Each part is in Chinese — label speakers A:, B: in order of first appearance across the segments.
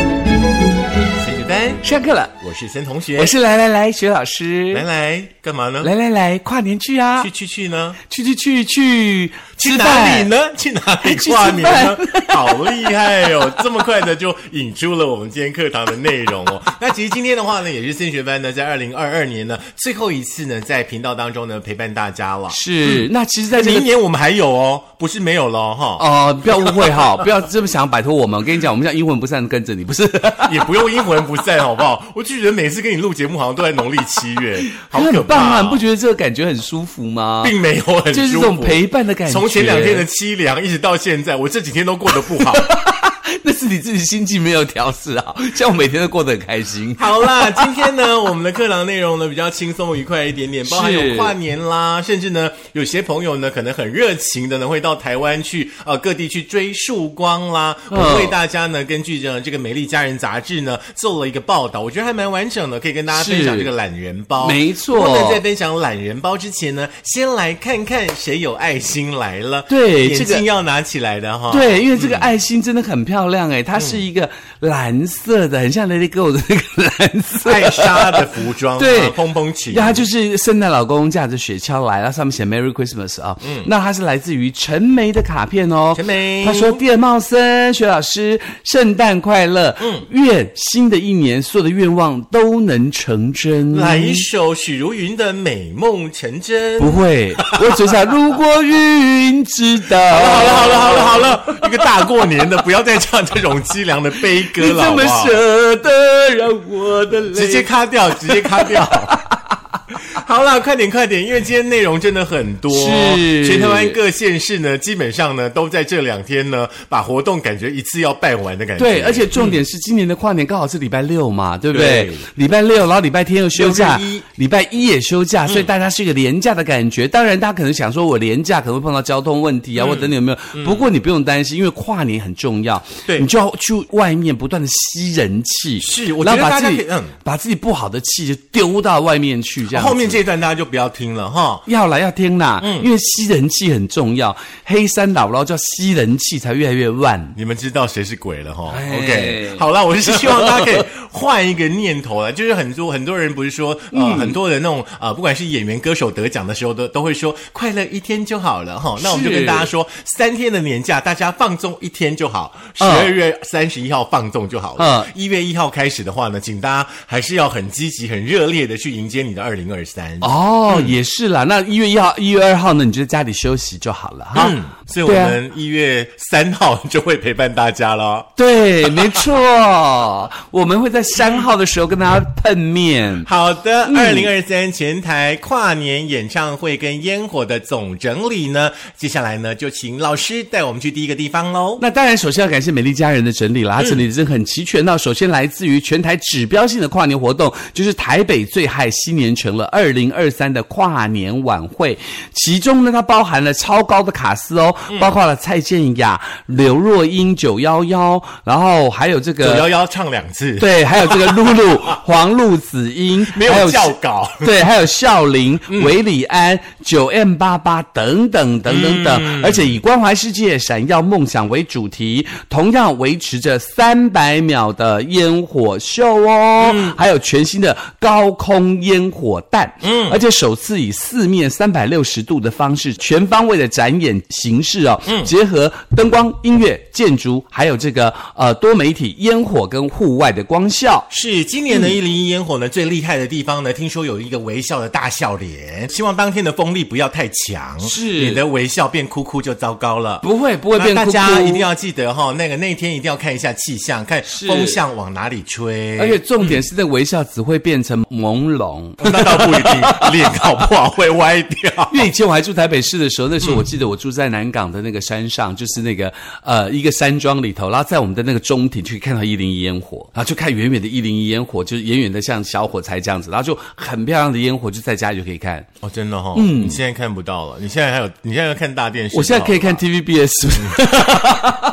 A: 三九班，
B: 上课了，
A: 我是森同学
B: 我。是来来来学老师，
A: 来来，干嘛呢？
B: 来来来跨年去啊
A: 去，去去呢？
B: 去去去去
A: 去
B: 吃
A: 哪
B: 饭
A: 里呢？去哪 里
B: 去吃
A: 跨年呢
B: 饭？
A: 好厉害哦！这么快的就引出了我们今天课堂的内容 哦。那其实今天的话呢，也是森学班呢，在二零二二年呢最后一次呢，在频道当中呢陪伴大家了。
B: 是，那其实在这
A: 嗯明
B: 个。
A: 年我们还有哦，不是没有了哈。
B: 哦，不要误会哈， 不要这么想摆脱我们。我跟你讲，我们这样英文不善跟着你，不是？
A: 也不用阴魂不散，好不好？我就觉得每次跟你录节目，好像都在农历七月，好可
B: 很棒
A: 怕、
B: 啊！你不觉得这个感觉很舒服吗？
A: 并没有很
B: 就是
A: 舒
B: 这
A: 服
B: 种陪伴的感觉。
A: 从前两天的，凄凉，一直到现在，我这几天都过得不好。
B: 那是你自己心情没有调试好。像我每天都过得很开 心。
A: 好啦，今天呢，我们的课堂内容呢比较轻松愉快一点点，包含有跨年啦，甚至呢，有些朋友呢可能很热情的呢会到台湾去呃各地去追曙光啦。我们为大家呢根据这这个《美丽佳人》杂志呢做了一个报道，我觉得还蛮完整的，可以跟大家分享这个懒人包。
B: 没错
A: 不过呢，在分享懒人包之前呢，先来看看谁有爱心来了。
B: 对
A: 眼
B: 这个
A: 镜要拿起来的哈。。
B: 对，因为这个爱心真的很漂亮哎诶，它是
A: 嗯
B: 一个蓝色的，很像 Lady Go 的那个蓝色。
A: 爱莎的服装，
B: 对
A: 啊蓬蓬裙，
B: 那它就是圣诞老公驾着雪橇来，它上面写 Merry Christmas 啊、那它是来自于陈梅的卡片哦。
A: 嗯陈梅
B: 他说：“第二茂森薛老师，圣诞快乐！嗯，愿新的一年所有的愿望都能成真。”
A: 来一首许茹芸的《美梦成真》。
B: 不会，我只想如果云知道。
A: 好了好了好了好了，一个大过年的，不要再唱这种凄凉的悲歌
B: 你
A: 了，好
B: 怎
A: 不
B: 么
A: 好？
B: 舍得让我的泪？
A: 直接卡掉，直接卡掉。 好啦，快点快点，因为今天内容真的很多，
B: 是
A: 全台湾各县市呢，基本上呢都在这两天呢，把活动感觉一次要办完的感觉。
B: 对，而且重点是今年的跨年刚好是礼拜六嘛，对不对？
A: 嗯对
B: 礼拜六，然后礼拜天又休假
A: 六日一，嗯
B: 礼拜一也休假，所以大家是一个廉价的感觉。当然，大家可能想说，我廉价可能会碰到交通问
A: 嗯
B: 题啊，或者你有没有？不过你不用担心，因为跨年很重要，
A: 对
B: 你就要去外面不断的吸人气，
A: 是我
B: 然
A: 觉
B: 后
A: 得大
B: 把
A: 家
B: 自
A: 可
B: 己
A: 以嗯
B: 把自己不好的气就丢到外面去，这样子
A: 后面嗯这一段大家就不要听了哈。
B: 要啦，要听啦，因为吸人气很重要。黑山姥姥叫吸人气才越来越旺。
A: 你们知道谁是鬼了哈
B: 哎
A: ？OK，好啦，我是希望大家可以换一个念头啦，就是很多很多人不是说呃、
B: 嗯
A: 很多人那种呃不管是演员歌手得奖的时候都都会说快乐一天就好了哈。那我们就是跟大家说，三天的年假大家放纵一天就好，十
B: 嗯
A: 二月三十一号放纵就好了，
B: 嗯
A: 一、月一号开始的话呢，请大家还是要很积极、很热烈的去迎接你的二零二三。
B: 哦，也是啦。那一月一号、一月二号呢，你就在家里休息就好了哈。
A: 嗯，所以我
B: 对啊
A: 们一月三号就会陪伴大家了。
B: 对，没错，我们会在三号的时候跟大家碰面。
A: 好的，
B: 嗯
A: 二零二三前台跨年演唱会跟烟火的总整理呢，接下来呢就请老师带我们去第一个地方喽。
B: 那当然，首先要感谢美丽佳人的整理啦，它整理的真的很齐全那首先来自于全台指标性的跨年活动，就是台北最嗨新年城了二零二三的跨年晚会，其中呢，它包含了超高的卡司哦，
A: 嗯
B: 包括了蔡健雅、刘若英、九幺幺，然后还有这
A: 九
B: 个。
A: 幺幺唱两次，，
B: 对，还有这个露露、黄露子英，
A: 没
B: 还
A: 有教稿。
B: 对，还有孝林、韦礼安、九 M 八八等等等等等，而且以关怀世界、闪耀梦想为主题，同样维持着三百秒的烟火秀哦，还有全新的高空烟火弹，嗯，而且首次以四面三百六十度的方式，全方位的展演形式哦，嗯，结合灯光、音乐、建筑，还有这个呃多媒体烟火跟户外的光效。
A: 是今年的一零一烟火呢，最厉害的地方呢，听说有一个微笑的大笑脸，希望当天的风力不要太强，
B: 是
A: 你的微笑变哭哭就糟糕了。
B: 不会不会变
A: 那
B: 哭
A: 大
B: 哭，
A: 家一定要记得哈、那个那天一定要看一下气象，看
B: 是哎
A: 风向往哪里吹，
B: 而且重点是，那微笑只会变成朦胧。
A: 那倒不一 定，脸搞不好会歪掉。
B: 因为以前我还住台北市的时候，那时
A: 嗯
B: 候我记得我住在南港的那个山上，就是那个呃一个山庄里头，然后在我们的那个中庭就可以看到一零一烟火，然后就看远远的一零一烟火，就是远远的像小火柴这样子，然后就很漂亮的烟火就在家里就可以看。
A: 哦，真的哈、哦，嗯，你现在看不到了，你现在还有，你现在要看大电视，哦
B: 我现在可以
A: 好了
B: 看 TVBS。
A: 嗯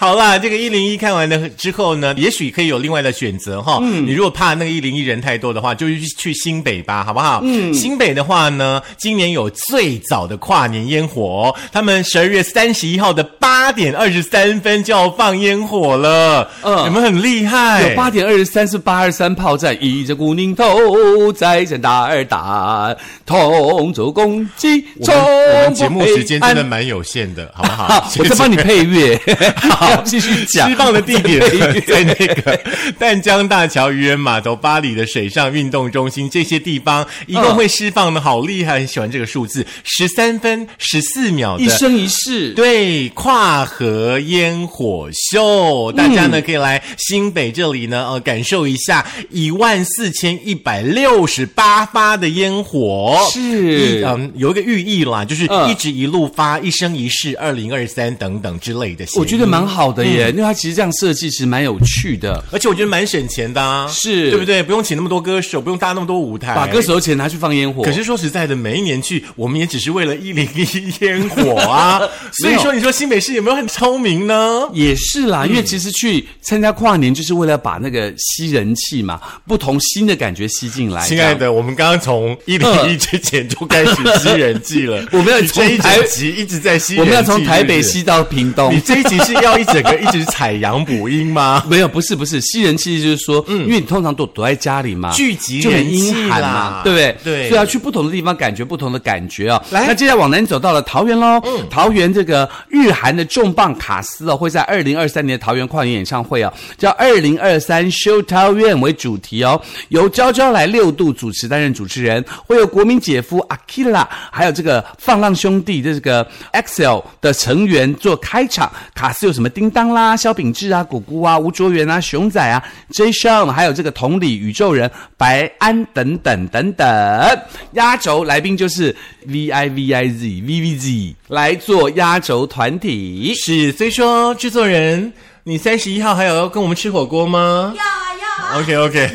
A: 好啦，这个一零一看完了之后呢，也许可以有另外的选择哈。
B: 嗯
A: 你如果怕那个一零一人太多的话，就去去新北吧，好不好？嗯，新北的话呢，今年有最早的跨年烟火哦，他们十二月三十一号的八八点二十三分就要放烟火了，
B: 嗯
A: 你们很厉害，
B: 有八点二十三是八二三炮战，一只古宁头，再战大二打，同舟共济，
A: 我
B: 冲
A: 们嗯我们节
B: 破
A: 目
B: 黑
A: 时间真的
B: 暗
A: 蛮有限的，好不好
B: 哎好？，我在帮你 配乐， 好，继续讲
A: 释放的地点
B: 我在配乐
A: 在那个淡江大桥、渔人码头、巴黎的水上运动中心这些地方，一共会释放的好厉害，很喜欢这个数字，十三分十四秒的
B: 一生一世，
A: 对，跨河烟火秀，大家呢可以来新北这里呢，呃，感受一下一万四千一百六十八发的烟火，
B: 是
A: 一嗯，有一个寓意啦，就是
B: 嗯
A: 一直一路发，一生一世，二零二三等等之类的谐音。
B: 我觉得蛮好的
A: 嗯
B: 耶，因为它其实这样设计其实蛮有趣的，
A: 而且我觉得蛮省钱的、啊，
B: 是
A: 对不对？不用请那么多歌手，不用搭那么多舞台，
B: 把歌手的钱拿去放烟火
A: 哎可。是说实在的，每一年去，我们也只是为了一零一烟火 啊。所以说，你说新北市有没有很聪明呢？
B: 也是啦，
A: 嗯
B: 因为其实去参加跨年就是为了把那个吸人气嘛，不同新的感觉吸进来。
A: 亲爱的，我们刚刚从一零一之前就开始吸人气了
B: 。我们要
A: 你
B: 从
A: 这一
B: 台
A: 整集一直在吸
B: 这
A: 人
B: 样，我
A: 气，
B: 们要从台
A: 是
B: 北
A: 不是
B: 吸到屏东。
A: 你这一集是要一整个一直采阳补阴吗？
B: 没有，不是不是，吸人气就是说，因为你通常都躲在家里嘛，
A: 嗯聚集
B: 就很
A: 人气
B: 阴寒嘛
A: 啦，
B: 对不对？
A: 对
B: 所以要去不同的地方，感觉不同的感觉哦。
A: 来嗯
B: 那接下来往南走到了桃园喽，桃园这个日韩的重磅卡司哦，会在二零二三年的桃园跨年演唱会哦，叫二零二三 Show 桃园为主题哦，由娇娇来六度主持担任主持人，会有国民姐夫 Akira，还有这个放浪兄弟这个 EXIL 的成员做开场，卡司有什么叮当啦、萧秉治啊、谷姑啊、吴卓源啊、熊仔啊、J Sean，还有这个同理宇宙人白安等等等等。压轴来宾就是 V I V I Z V V Z 来做压轴团体。
A: 是，所以说制作人，你三十一号还有要跟我们吃火锅吗？
C: 要啊要啊！
A: OK OK，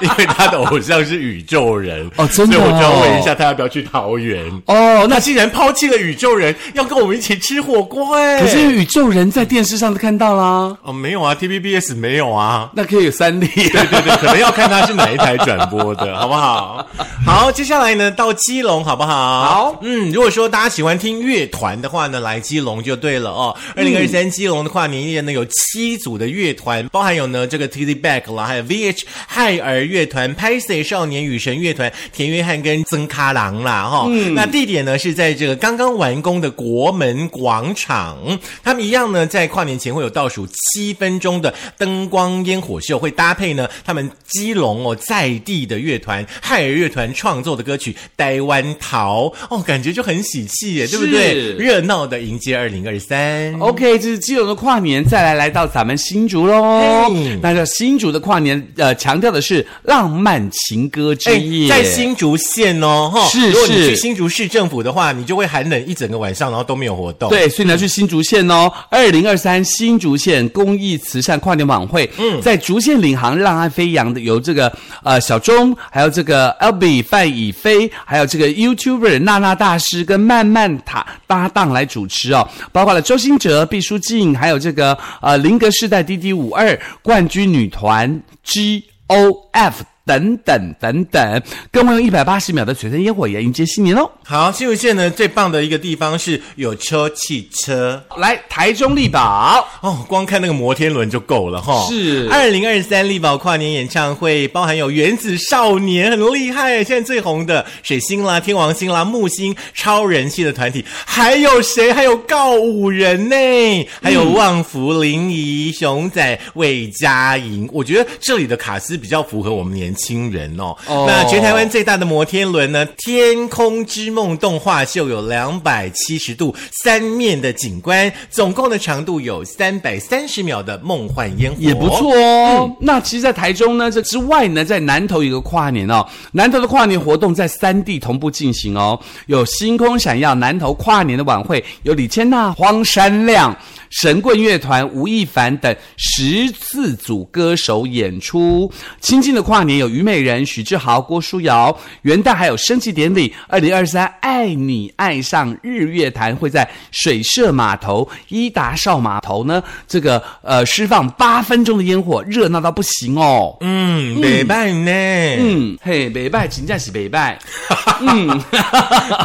A: 因 为他的偶像是宇宙人
B: 哦真的
A: 所以
B: 哦
A: 我就要问一下他要不要去桃园。
B: 哦，
A: 他竟然抛弃了宇宙人，要跟我们一起吃火锅哎、
B: 可是宇宙人在电视上都看到啦，
A: 哦，没有啊，TVBS 没有啊。
B: 那可以有三啊例。
A: 对对对，可能要看他是哪一台转播的，好不好？ 好，接下来呢，到基隆好不好？
B: 好
A: 嗯，如果说大家喜欢听乐团的话呢，来基隆就对了哦。二零二三基隆的跨年夜呢，有七组的乐团，包含有呢这个 T D Back 啦，还有 V H 海尔乐团、p a s y 少年与神乐团、田约翰跟曾卡郎啦，哈、那地点呢是在这个刚刚完工的国门广场，他们一样呢在跨年前会有倒数七分钟的灯光烟火秀，会搭配呢他们基隆哦在地的乐团海尔乐团创作的歌曲《台湾桃》哦，感觉就很喜气耶，对不对？
B: 是哦
A: 热闹的迎接二零二三。
B: OK，这是基隆的跨年，再来来到咱们新竹喽
A: 嘿。
B: 那叫新竹的跨年，呃，强调的是浪漫情歌之
A: 哎
B: 夜，
A: 在新竹县哦，哈，
B: 是
A: 如果你
B: 是
A: 去新竹市政府的话，你就会寒冷一整个晚上，然后都没有活动。，
B: 对，所以呢，去新竹县哦，二零二三新竹县公益慈善跨年晚会，嗯，在竹县领航让爱飞扬的由这个呃小钟，还有这个 L B 范以飞，还有这个 YouTuber 娜娜大师跟曼曼塔搭档来主持哦，包括了周兴哲、毕书尽，还有这个呃林格世代 D D 五二冠军女团 G O F。等等等等，更会用一百八十秒的璀璨烟火也迎接新年喽！哦
A: 好，新竹县呢最棒的一个地方是有车汽车。
B: 来，台中力宝。
A: 哦，光看那个摩天轮就够了哈。
B: 是
A: 二零二三力宝跨年演唱会，包含有原子少年，很厉害，现在最红的水星啦、天王星啦、木星超人系的团体，还有谁？还有告五人呢，还有旺福、林怡、熊仔、魏佳莹。我觉得这里的卡司比较符合我们年轻人哦。
B: 哦
A: 那全台湾最大的摩天轮呢，天空之梦动画秀有两百七十度三面的景观，总共的长度有三百三十秒的梦幻烟火，
B: 也不。错哦。那其实，在台中呢，这之外呢，在南投有一个跨年哦，南投的跨年活动在三地同步进行哦，有星空闪耀南投跨年的晚会，有李千娜、荒山亮。神棍乐团、吴亦凡等十四组歌手演出。亲近的跨年有虞美人、许志豪、郭书瑶，元旦还有升旗典礼。二零二三爱你爱上日月潭会在水社码头、伊达邵码头呢，这个呃释放八分钟的烟火，热闹到不行哦。
A: 嗯，北拜 呢？
B: 嗯，嘿，北拜，真正是 北拜，嗯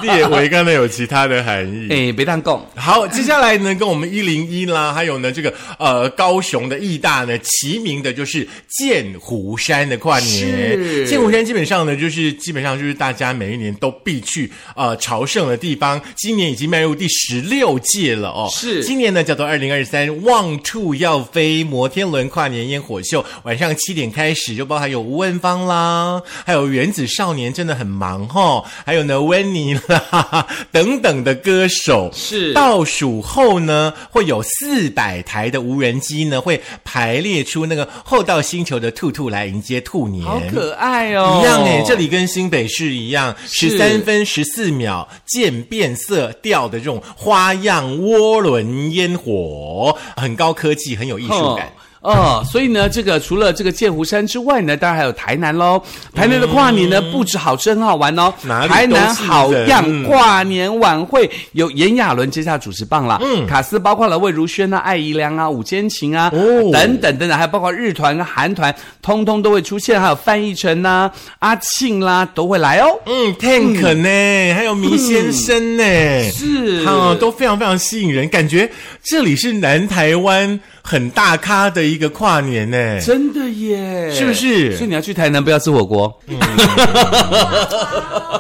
A: 列维刚才有其他的含义。
B: 哎，北蛋贡。
A: 好，接下来呢，跟我们一零一啦，还有呢，这个呃，高雄的义大呢，齐名的就是剑湖山的跨
B: 是
A: 年。剑湖山基本上呢，就是基本上就是大家每一年都必去呃朝圣的地方。今年已经迈入第十六届了哦。
B: 是
A: 今年呢叫做二零二三望兔要飞摩天轮跨年烟火秀，晚上七点开始，就包含有吴文芳啦，还有原子少年真的很忙哦，还有呢温妮啦 等等的歌手
B: 是
A: 倒数后呢，会有四百台的无人机呢，会排列出那个后到星球的兔兔来迎接兔年。
B: 好可爱哦！
A: 一样哎、这里跟新北市一样，十三分十四秒渐变色调的这种花样涡轮烟火，很高科技，很有艺术感。
B: 哦，所以呢，这个除了这个剑湖山之外呢，当然还有台南喽。台南的跨年呢，不止好吃很好玩哦，
A: 嗯哪里都是
B: 台南好样
A: 人
B: 跨年晚会有炎亚纶接下主持棒啦，嗯，卡斯包括了魏如萱啊、艾怡良啊、伍坚情啊、
A: 哦
B: 等等等等，还包括日团跟韩团，通通都会出现，还有范逸臣呐、阿庆啦、都会来哦。
A: 嗯，Tank 呢，还有迷先生呢，
B: 嗯是
A: 啊，都非常非常吸引人，感觉这里是南台湾很大咖的一个跨年呢。
B: 真的耶，
A: 是不是
B: 所以你要去台南，不要吃火锅。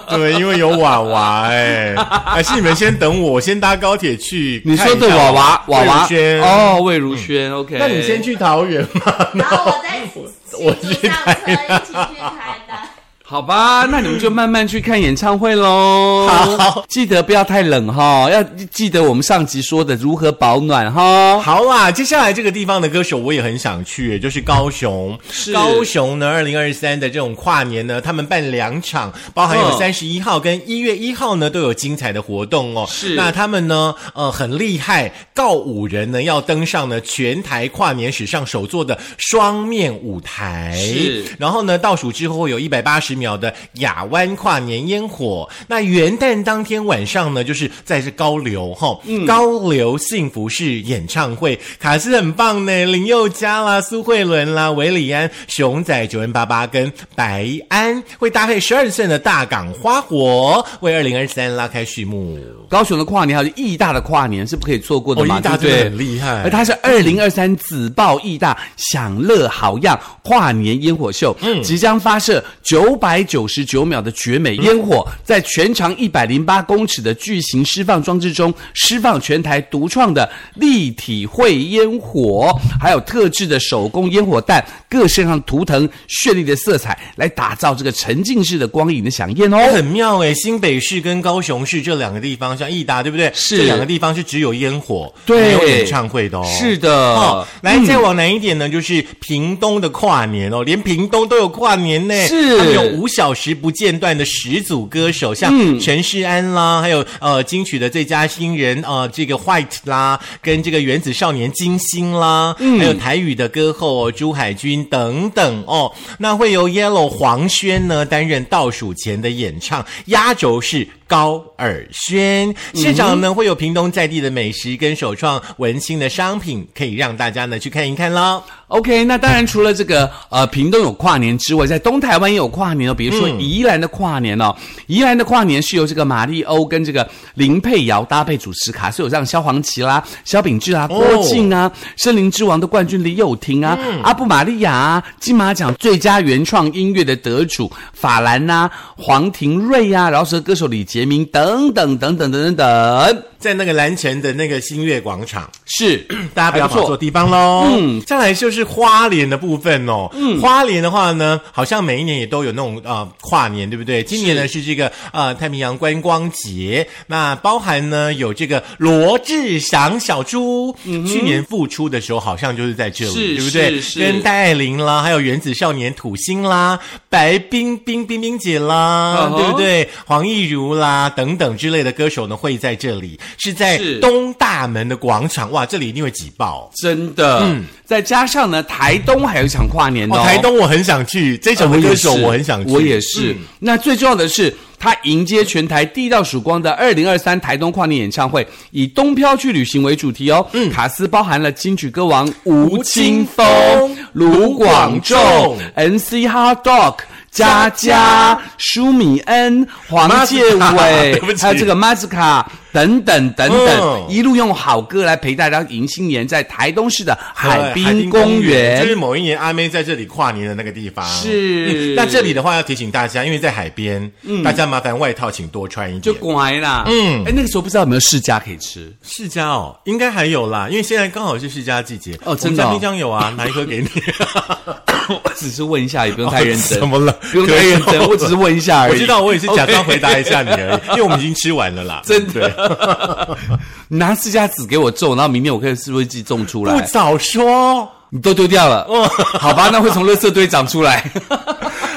A: 对，因为有娃娃哎、还是你们先等我，我先搭高铁去看
B: 你
A: 一下。
B: 说的娃娃，娃娃
A: 轩，
B: 哦，魏如萱、o k
A: 嗯那你先去桃园嘛。
C: 然后我再
A: 我
C: 迅速上车一起去台南。
B: 好吧，那你们就慢慢去看演唱会喽。
A: 好，
B: 记得不要太冷哈、要记得我们上集说的如何保暖哈、
A: 好啦，接下来这个地方的歌手我也很想去，也就是高雄。
B: 是
A: 高雄呢，二零二三的这种跨年呢，他们办两场，包含有
B: 嗯
A: 三十一号跟一月一号呢，都有精彩的活动哦。
B: 是
A: 那他们呢，呃，很厉害，告五人呢要登上呢全台跨年史上首座的双面舞台。
B: 是
A: 哎然后呢，倒数之后有一百八十秒的亚湾跨年烟火。那元旦当天晚上呢，就是在这高流哈、
B: 嗯
A: 高流幸福市演唱会，卡斯很棒呢，林宥嘉啦、苏慧伦啦、韦礼安、熊仔九 N 八八跟白安会搭配十二寸的大港花火，为二零二三拉开序幕。
B: 高雄的跨年还有义大的跨年是不可以错过的嘛？
A: 哦义大
B: 对不对
A: 真的很厉害
B: 而它是二零二三紫报义大享乐好样跨年烟火秀，即将发射九百九十九秒的绝美烟火，在全长一百零八公尺的巨型释放装置中释放全台独创的立体绘烟火，还有特制的手工烟火弹，各身上图腾绚丽的色彩，来打造这个沉浸式的光影的响宴哦。
A: 哎很妙诶、新北市跟高雄市这两个地方，像义达对不对？
B: 是
A: 这两个地方是只有烟火，
B: 对
A: 没有演唱会的哦。
B: 是的
A: 哦，来再往南一点呢，就是屏东的跨年哦，连屏东都有跨年呢。
B: 是
A: 他们有五小时不间断的十组歌手，
B: 嗯
A: 像陈世安啦，还有呃金曲的最佳新人呃这个 White 啦，跟这个原子少年金星啦，还有台语的歌后哦朱海军等等哦。那会由 Yellow 黄轩呢担任倒数前的演唱，压轴是高尔轩。现场呢会有屏东在地的美食跟首创文青的商品，可以让大家呢去看一看啦。
B: OK，那当然除了这个呃屏东有跨年之外，在东台湾也有跨年哦，比如说
A: 嗯
B: 宜兰的跨年哦，宜兰的跨年是由这个马丽欧跟这个林佩瑶搭配主持卡，是有让萧煌奇啦、萧秉治啊、
A: 哦
B: 郭靖啊、森林之王的冠军李友廷啊、
A: 嗯
B: 阿布玛利亚啊、金马奖最佳原创音乐的得主法兰呐、黄庭瑞呀、啊，饶舌歌手李杰明等等等等等等等，
A: 在那个蓝城的那个新月广场，
B: 是
A: 大家不要
B: 还
A: 跑错
B: 错。
A: 地方喽。嗯，再来就是花莲的部分哦。嗯，花莲的话呢，好像每一年也都有那种呃跨年，对不对？今年呢是这个呃太平洋观光节，那包含呢有这个罗志祥小猪，去年复出的时候好像嗯就是在这里，
B: 是
A: 对不对？
B: 是是
A: 跟戴爱玲啦，还有原子少年土星啦，白冰冰冰冰姐啦，
B: 嗯哼
A: 啊对不对？黄义如啦，啦等等之类的歌手呢会在这里，是在
B: 是
A: 东大门的广场，哇，这里一定会挤爆。
B: 真的。再加上呢，台东还有一场跨年的、
A: 嗯哦，
B: 哦
A: 台东我很想去，这首的歌手我很想去，
B: 啊
A: 嗯
B: 我也是。那最重要的是，他迎接全台地道曙光的二零二三台东跨年演唱会，以东漂去旅行为主题哦。嗯，卡斯包含了金曲歌王吴青峰
A: 吴青峰、
B: 卢广
A: 卢
B: 仲、NC Hot Dog。
A: 佳
B: 佳佳、舒米恩、黄介
A: Mazuka，
B: 伟
A: 对不，起
B: 还有这个马斯卡等等等等，
A: 嗯
B: 一路用好歌来陪大家迎新年，在台东市的海
A: 对
B: 滨公园，
A: 就是某一年阿妹在这里跨年的那个地方。
B: 是嗯
A: 嗯那这里的话要提醒大家，因为在海边，大家麻烦外套请多穿一
B: 就
A: 点。
B: 乖啦。
A: 嗯
B: 哎，那个时候不知道有没有世家可 以吃。
A: 世家哦，应该还有啦，因为现在刚好是世家季节。
B: 哦真的哦
A: 我们家冰箱有啊，拿一颗 给你。 哦
B: 我只是问一下，也不用太认真。
A: 怎么了？
B: 不用太认 真，我只是问一下而已。
A: 我知道，我也是假装回
B: OK。
A: 答一下你 而已，因为我们已经吃完了啦。
B: 真的
A: 对，
B: 你 拿世家籽给我种，然后明天我可以是不是自己种出
A: 不哦
B: 来？
A: 早说。
B: 你都丢掉了，好吧，那会从垃圾堆长 出来。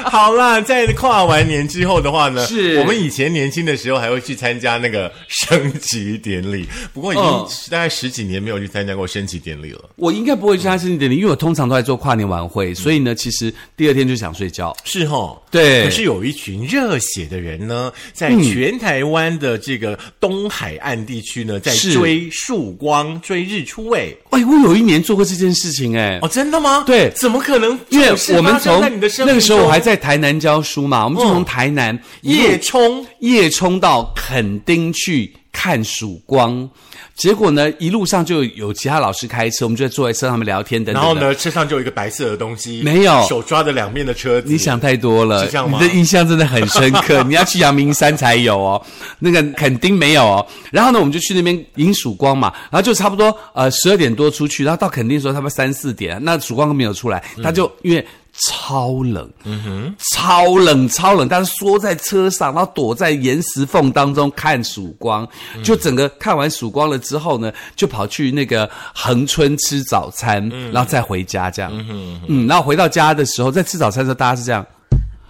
A: 好啦，在跨完年之后的话呢，
B: 是
A: 我们以前年轻的时候还会去参加那个升旗典礼，不过已经
B: 嗯
A: 大概十几年没有去参加过升旗典礼了。
B: 我应该不会去他生日典礼，因为我通常都在做跨年晚
A: 嗯
B: 会，所以呢，其实第二天就想睡觉。
A: 是哦，
B: 对
A: 可是有一群热血的人呢，在全台湾的这个东海岸地区呢，在
B: 是
A: 追曙光、追日出。哎，
B: 哎，我有一年做过这件事情，哎
A: 哦，，真的吗？
B: 对
A: 怎么可能？
B: 因为
A: 这种事
B: 我们
A: 发生
B: 从
A: 在你的生
B: 那个
A: 命
B: 时候我
A: 中
B: 还在台南教书嘛，我们就从
A: 嗯
B: 台南一路
A: 夜冲。
B: 夜冲到垦丁去看曙光，结果呢，一路上就有其他老师开车，我们就在坐在车上面聊天等等。
A: 然后？呢，车上就有一个白色的东西，
B: 没有
A: 手抓着两面的车子。
B: 你想太多了，
A: 是这样吗
B: 你的印象真的很深刻。 你要去阳明山才有哦，那个垦丁没有哦。然后呢，我们就去那边迎曙光嘛，然后就差不多呃十二点多出去，然后到垦丁的时候，差不多三四点，那曙光都没有出来，他就因为。超冷，嗯哼，超冷，超冷，但是缩在车上，然后躲在岩石缝当中看曙光，就整个看完曙光了之后呢，就跑去那个恒春吃早餐，然后再回家这样，嗯嗯，然后回到家的时候，在吃早餐的时候，大家是这样。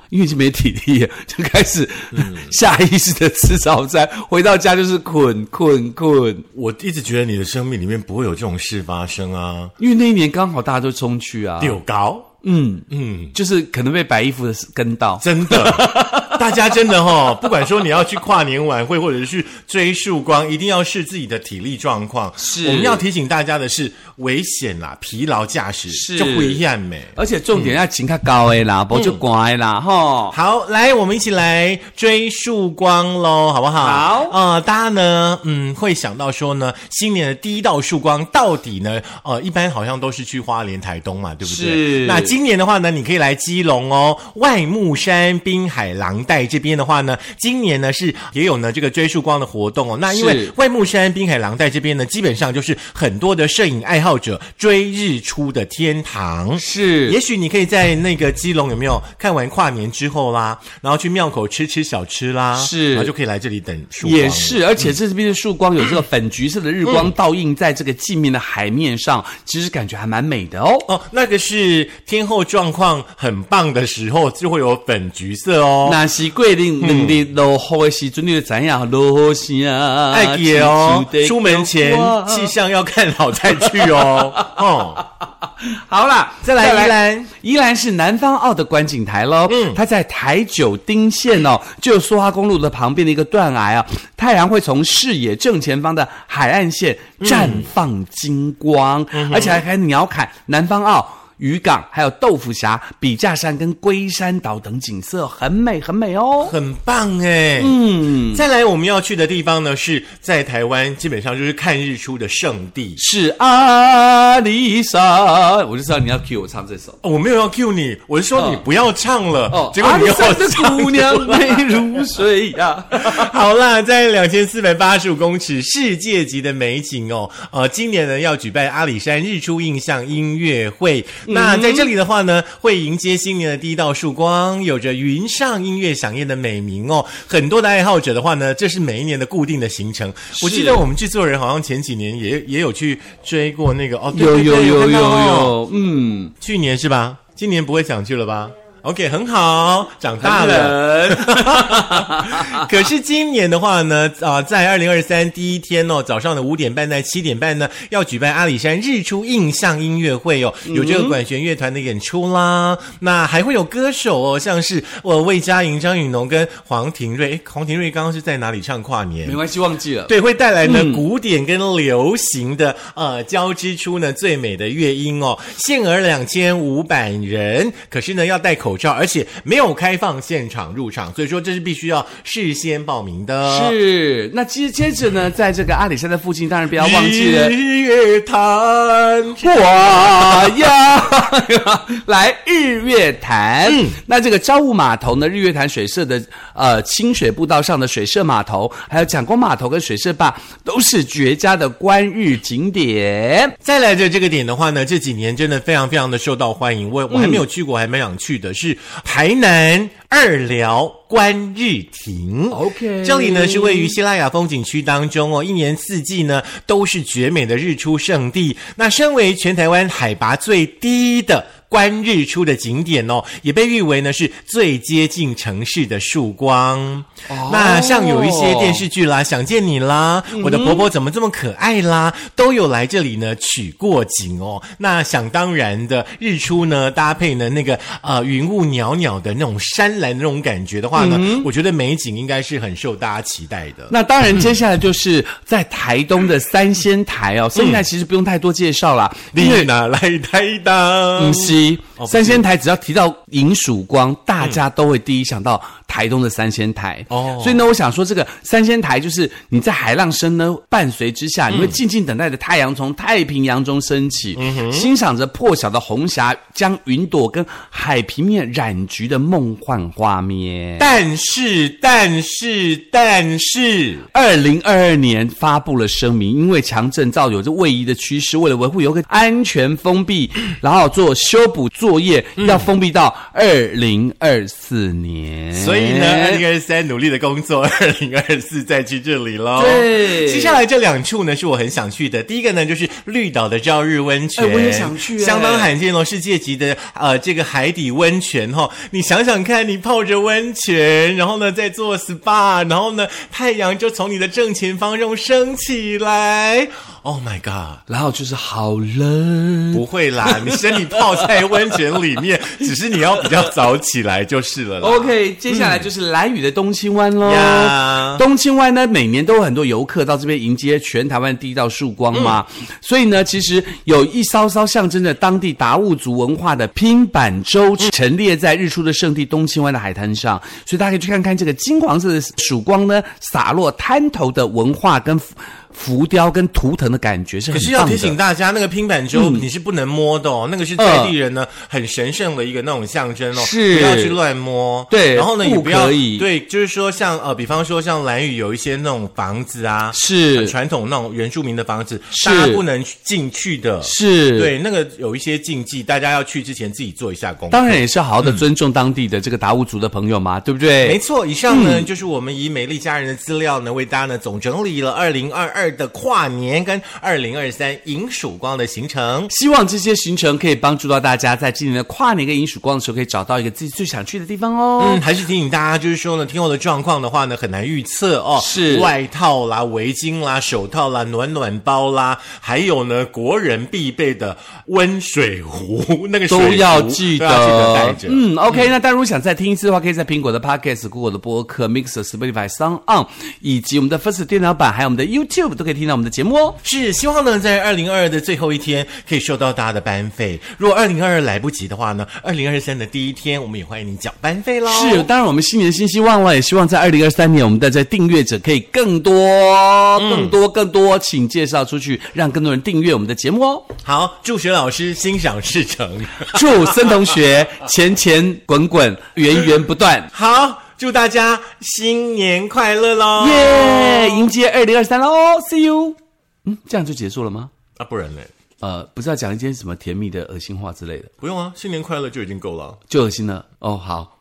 B: 因为已经没体力了， 就开始
A: 嗯
B: 下意识的吃早餐，回到家就是困困困。
A: 我一直觉得你的生命里面不会有这种事发生啊，
B: 因为那一年刚好大家都冲去啊，嗯
A: 丢高。嗯
B: 就是可能被白衣服的跟到，
A: 真 的，大家真的哈、不管说你要去跨年晚会，或者是去追曙光，一定要视自己的体力状况。
B: 是
A: 我们要提醒大家的是，危险啦，疲劳驾驶
B: 是
A: 就灰暗美。
B: 而且重点要请他高的
A: 嗯
B: 啦，不就乖啦吼。
A: 好，来，我们一起来追曙光喽，好不好？
B: 好
A: 呃，大家呢，嗯，会想到说呢，新年的第一道曙光到底呢，呃，一般好像都是去花莲、台东嘛，对不对？
B: 是
A: 那今年的话呢，你可以来基隆哦，外木山滨海廊带这边的话呢，今年呢是也有呢这个追曙光的活动哦。那因为
B: 是
A: 外木山滨海廊带这边呢，基本上就是很多的摄影爱好者追日出的天堂。
B: 是
A: 也许你可以在那个基隆有没有看完跨年之后啦，然后去庙口吃吃小吃啦，
B: 是
A: 然后就可以来这里等曙光。
B: 也，是，而且这边的曙光有这个粉橘色的日光倒映在这个镜面的海面上，
A: 嗯
B: 其实感觉还蛮美的哦。
A: 哦，那个是天后状况很棒的时候，就会有粉橘色哦。
B: 那是桂林两日落雨的时阵，你就知影落雨啊？
A: 爱姐哦
B: 亲像在，
A: 出门前
B: 叫我
A: 气象要看好再去 哦。哦，
B: 好啦，
A: 再来宜兰，
B: 宜兰是南方澳的观景台喽。
A: 嗯
B: 嗯，它在台九丁线哦，就苏花公路的旁边的一个断崖啊、太阳会从视野正前方的海岸线绽放金光，
A: 嗯
B: 而且还可以鸟瞰南方澳。渔港还有豆腐峡、笔架山跟龟山岛等景色，很美很美哦。
A: 很棒哎。嗯，再来我们要去的地方呢，是在台湾基本上就是看日出的圣地。
B: 是阿里山，我就知道你要 cue 我唱这首。
A: 哦我没有要 cue 你，我是说你
B: 哦
A: 不要唱了。
B: 哦，
A: 结果
B: 阿
A: 你
B: 里
A: 要
B: 山的
A: 唱
B: 姑娘美如水呀、
A: 好啦，在两千四百八十五公尺世界级的美景哦，呃，今年呢要举办阿里山日出印象音乐会。
B: 嗯
A: 那在这里的话呢，会迎接新年的第一道曙光，有着云上音乐响宴的美名哦。很多的爱好者的话呢，这是每一年的固定的行程。我记得我们制作人好像前几年也也有去追过那个哦，对
B: 有
A: 对
B: 有
A: 对
B: 有有
A: 看到哦
B: 有，嗯，
A: 去年是吧？今年不会想去了吧？ OK，很好，长大了。
B: 人，
A: 可是今年的话呢，啊、在二零二三第一天哦，早上的五点半到七点半呢，要举办阿里山日出印象音乐会哦，有这个管弦乐团的演出啦，那还会有歌手哦，像是我魏佳莹、张雨农跟黄庭瑞，诶黄庭瑞刚刚是在哪里唱跨年
B: 没？关系，忘记了。
A: 对，会带来呢、
B: 嗯
A: 古典跟流行的呃交织出呢最美的乐音哦，限额两千五百人，可是呢要戴口罩，而且没有开放现场入场，所以说这是必须要事先报名的。
B: 是，那接接着呢，在这个阿里山的附近，当然不要忘记了。
A: 日月潭，
B: 我要 来日月潭。那这个朝雾码头呢，日月潭水社的呃清水步道上的水社码头，还有蒋公码头跟水社坝，都是绝佳的观日景点。
A: 再来的这个点的话呢，这几年真的非常非常的受到欢迎。我我还没
B: 嗯
A: 有去过，还蛮想去的，是台南二寮观日亭。
B: OK
A: 这里呢是位于希拉雅风景区当中哦，一年四季呢都是绝美的日出圣地。那身为全台湾海拔最低的。观日出的景点哦，也被誉为呢是最接近城市的曙光。
B: 哦
A: 那像有一些电视剧啦，《想见你》啦，我的婆婆怎么这么可爱》啦，都有来这里呢取过景哦。那想当然的，日出呢搭配呢那个呃云雾袅袅的那种山岚的那种感觉的话呢，我觉得美景应该是很受大家期待的。
B: 那当 然，接下来就是在台东的三仙台哦，三仙台其实不用太多介绍啦，因为
A: 你哪来台当
B: 嗯，？西
A: 哦不
B: 三仙台只要提到迎曙光，大家都会第一想到台东的三仙台。
A: 哦
B: 所以呢，我想说这个三仙台就是你在海浪声呢伴随之下，
A: 嗯
B: 你会静静等待着太阳从太平洋中升起，欣赏着破晓的红霞将云朵跟海平面染橘的梦幻画面。
A: 但是，但是，但是，
B: 二零二二年发布了声明，因为强震造有这位移的趋势，为了维护游客安全封闭，然后做修补作业，
A: 嗯
B: 要封闭到二零二四年。
A: 所以呢，
B: 哎
A: 二零二三努力的工作，二零二四再去这里喽。
B: 对
A: 接下来这两处呢是我很想去的。第一个呢就是绿岛的朝日温泉，
B: 哎我也想去哎
A: 相当罕见哦，世界级的呃这个海底温泉哈、哦。你想想看，你泡着温泉，然后呢再做 SPA，然后呢太阳就从你的正前方中升起来。Oh my god！
B: 然后就是好冷，
A: 不会啦，你身体泡在温泉里面，只是你要比较早起来就是了啦。
B: OK，接下来就是蓝屿的东青湾喽。
A: 嗯呀
B: 东青湾呢，每年都有很多游客到这边迎接全台湾第一道曙光嘛，
A: 嗯
B: 所以呢，其实有一艘艘象征着当地达悟族文化的拼板舟陈列在日出的圣地东青湾的海滩上，所以大家可以去看看这个金黄色的曙光呢，洒落滩头的文化跟浮浮雕跟图腾的感觉是
A: 可
B: 很
A: 是要
B: 棒
A: 提
B: 的。
A: 醒大家，那个拼
B: 嗯
A: 板舟你是不能摸的哦，那个是在地人呢、很神圣的一个那种象征哦，
B: 是
A: 不要去乱摸。
B: 对
A: 然后呢
B: 不
A: 也不要
B: 可以
A: 对，就是说像呃，比方说像兰屿有一些那种房子啊，
B: 是
A: 很传统那种原住民的房子，
B: 是
A: 大家不能去进去的。
B: 是，
A: 对，那个有一些禁忌，大家要去之前自己做一下功课。
B: 当然也是好好的尊重当地的这个达悟族的朋友嘛，对不对？
A: 没错，以上
B: 嗯
A: 呢、就是我们以美丽家人的资料呢，为大家呢总整理了二零二二的跨年跟二零二三迎曙光的行程。
B: 希望这些行程可以帮助到大家，在今年的跨年跟迎曙光的时候，可以找到一个自己最想去的地方哦。
A: 嗯，还是提醒大家，就是说呢，天后的状况的话呢，很难预测哦。
B: 是
A: 外套啦、围巾啦、手套啦、暖暖包啦，还有呢，国人必备的温水壶，那个水
B: 都要
A: 壶
B: 记
A: 都
B: 得，
A: 要记得带着。
B: 嗯，OK 那大家如果想再听一次的话，可以在苹果的 Podcast、Google 的播客、Mixer、Spotify、Sound On，以及我们的 First 电脑版，还有我们的 YouTube 都可以听到我们的节目哦。
A: 是，希望呢，在二零二二的最后一天可以收到大家的班费。如果二零二二来不及的话呢，二零二三的第一天，我们也欢迎你缴班费喽。
B: 是，当然我们新年新希望了，也希望在二零二三年，我们的这订阅者可以更多、
A: 嗯
B: 更多、更多，请介绍出去，让更多人订阅我们的节目哦。
A: 好，祝学老师心想事成。
B: 祝森同学钱钱滚滚，源源不断。
A: 好，祝大家新年快乐喽！
B: 耶！迎接二零二三喽，See you。嗯，这样就结束了吗？
A: 啊，不然嘞。
B: 呃，不是要讲一些什么甜蜜的恶心话之类的，
A: 不用啊，新年快乐就已经够了。
B: 就恶心了。哦，好。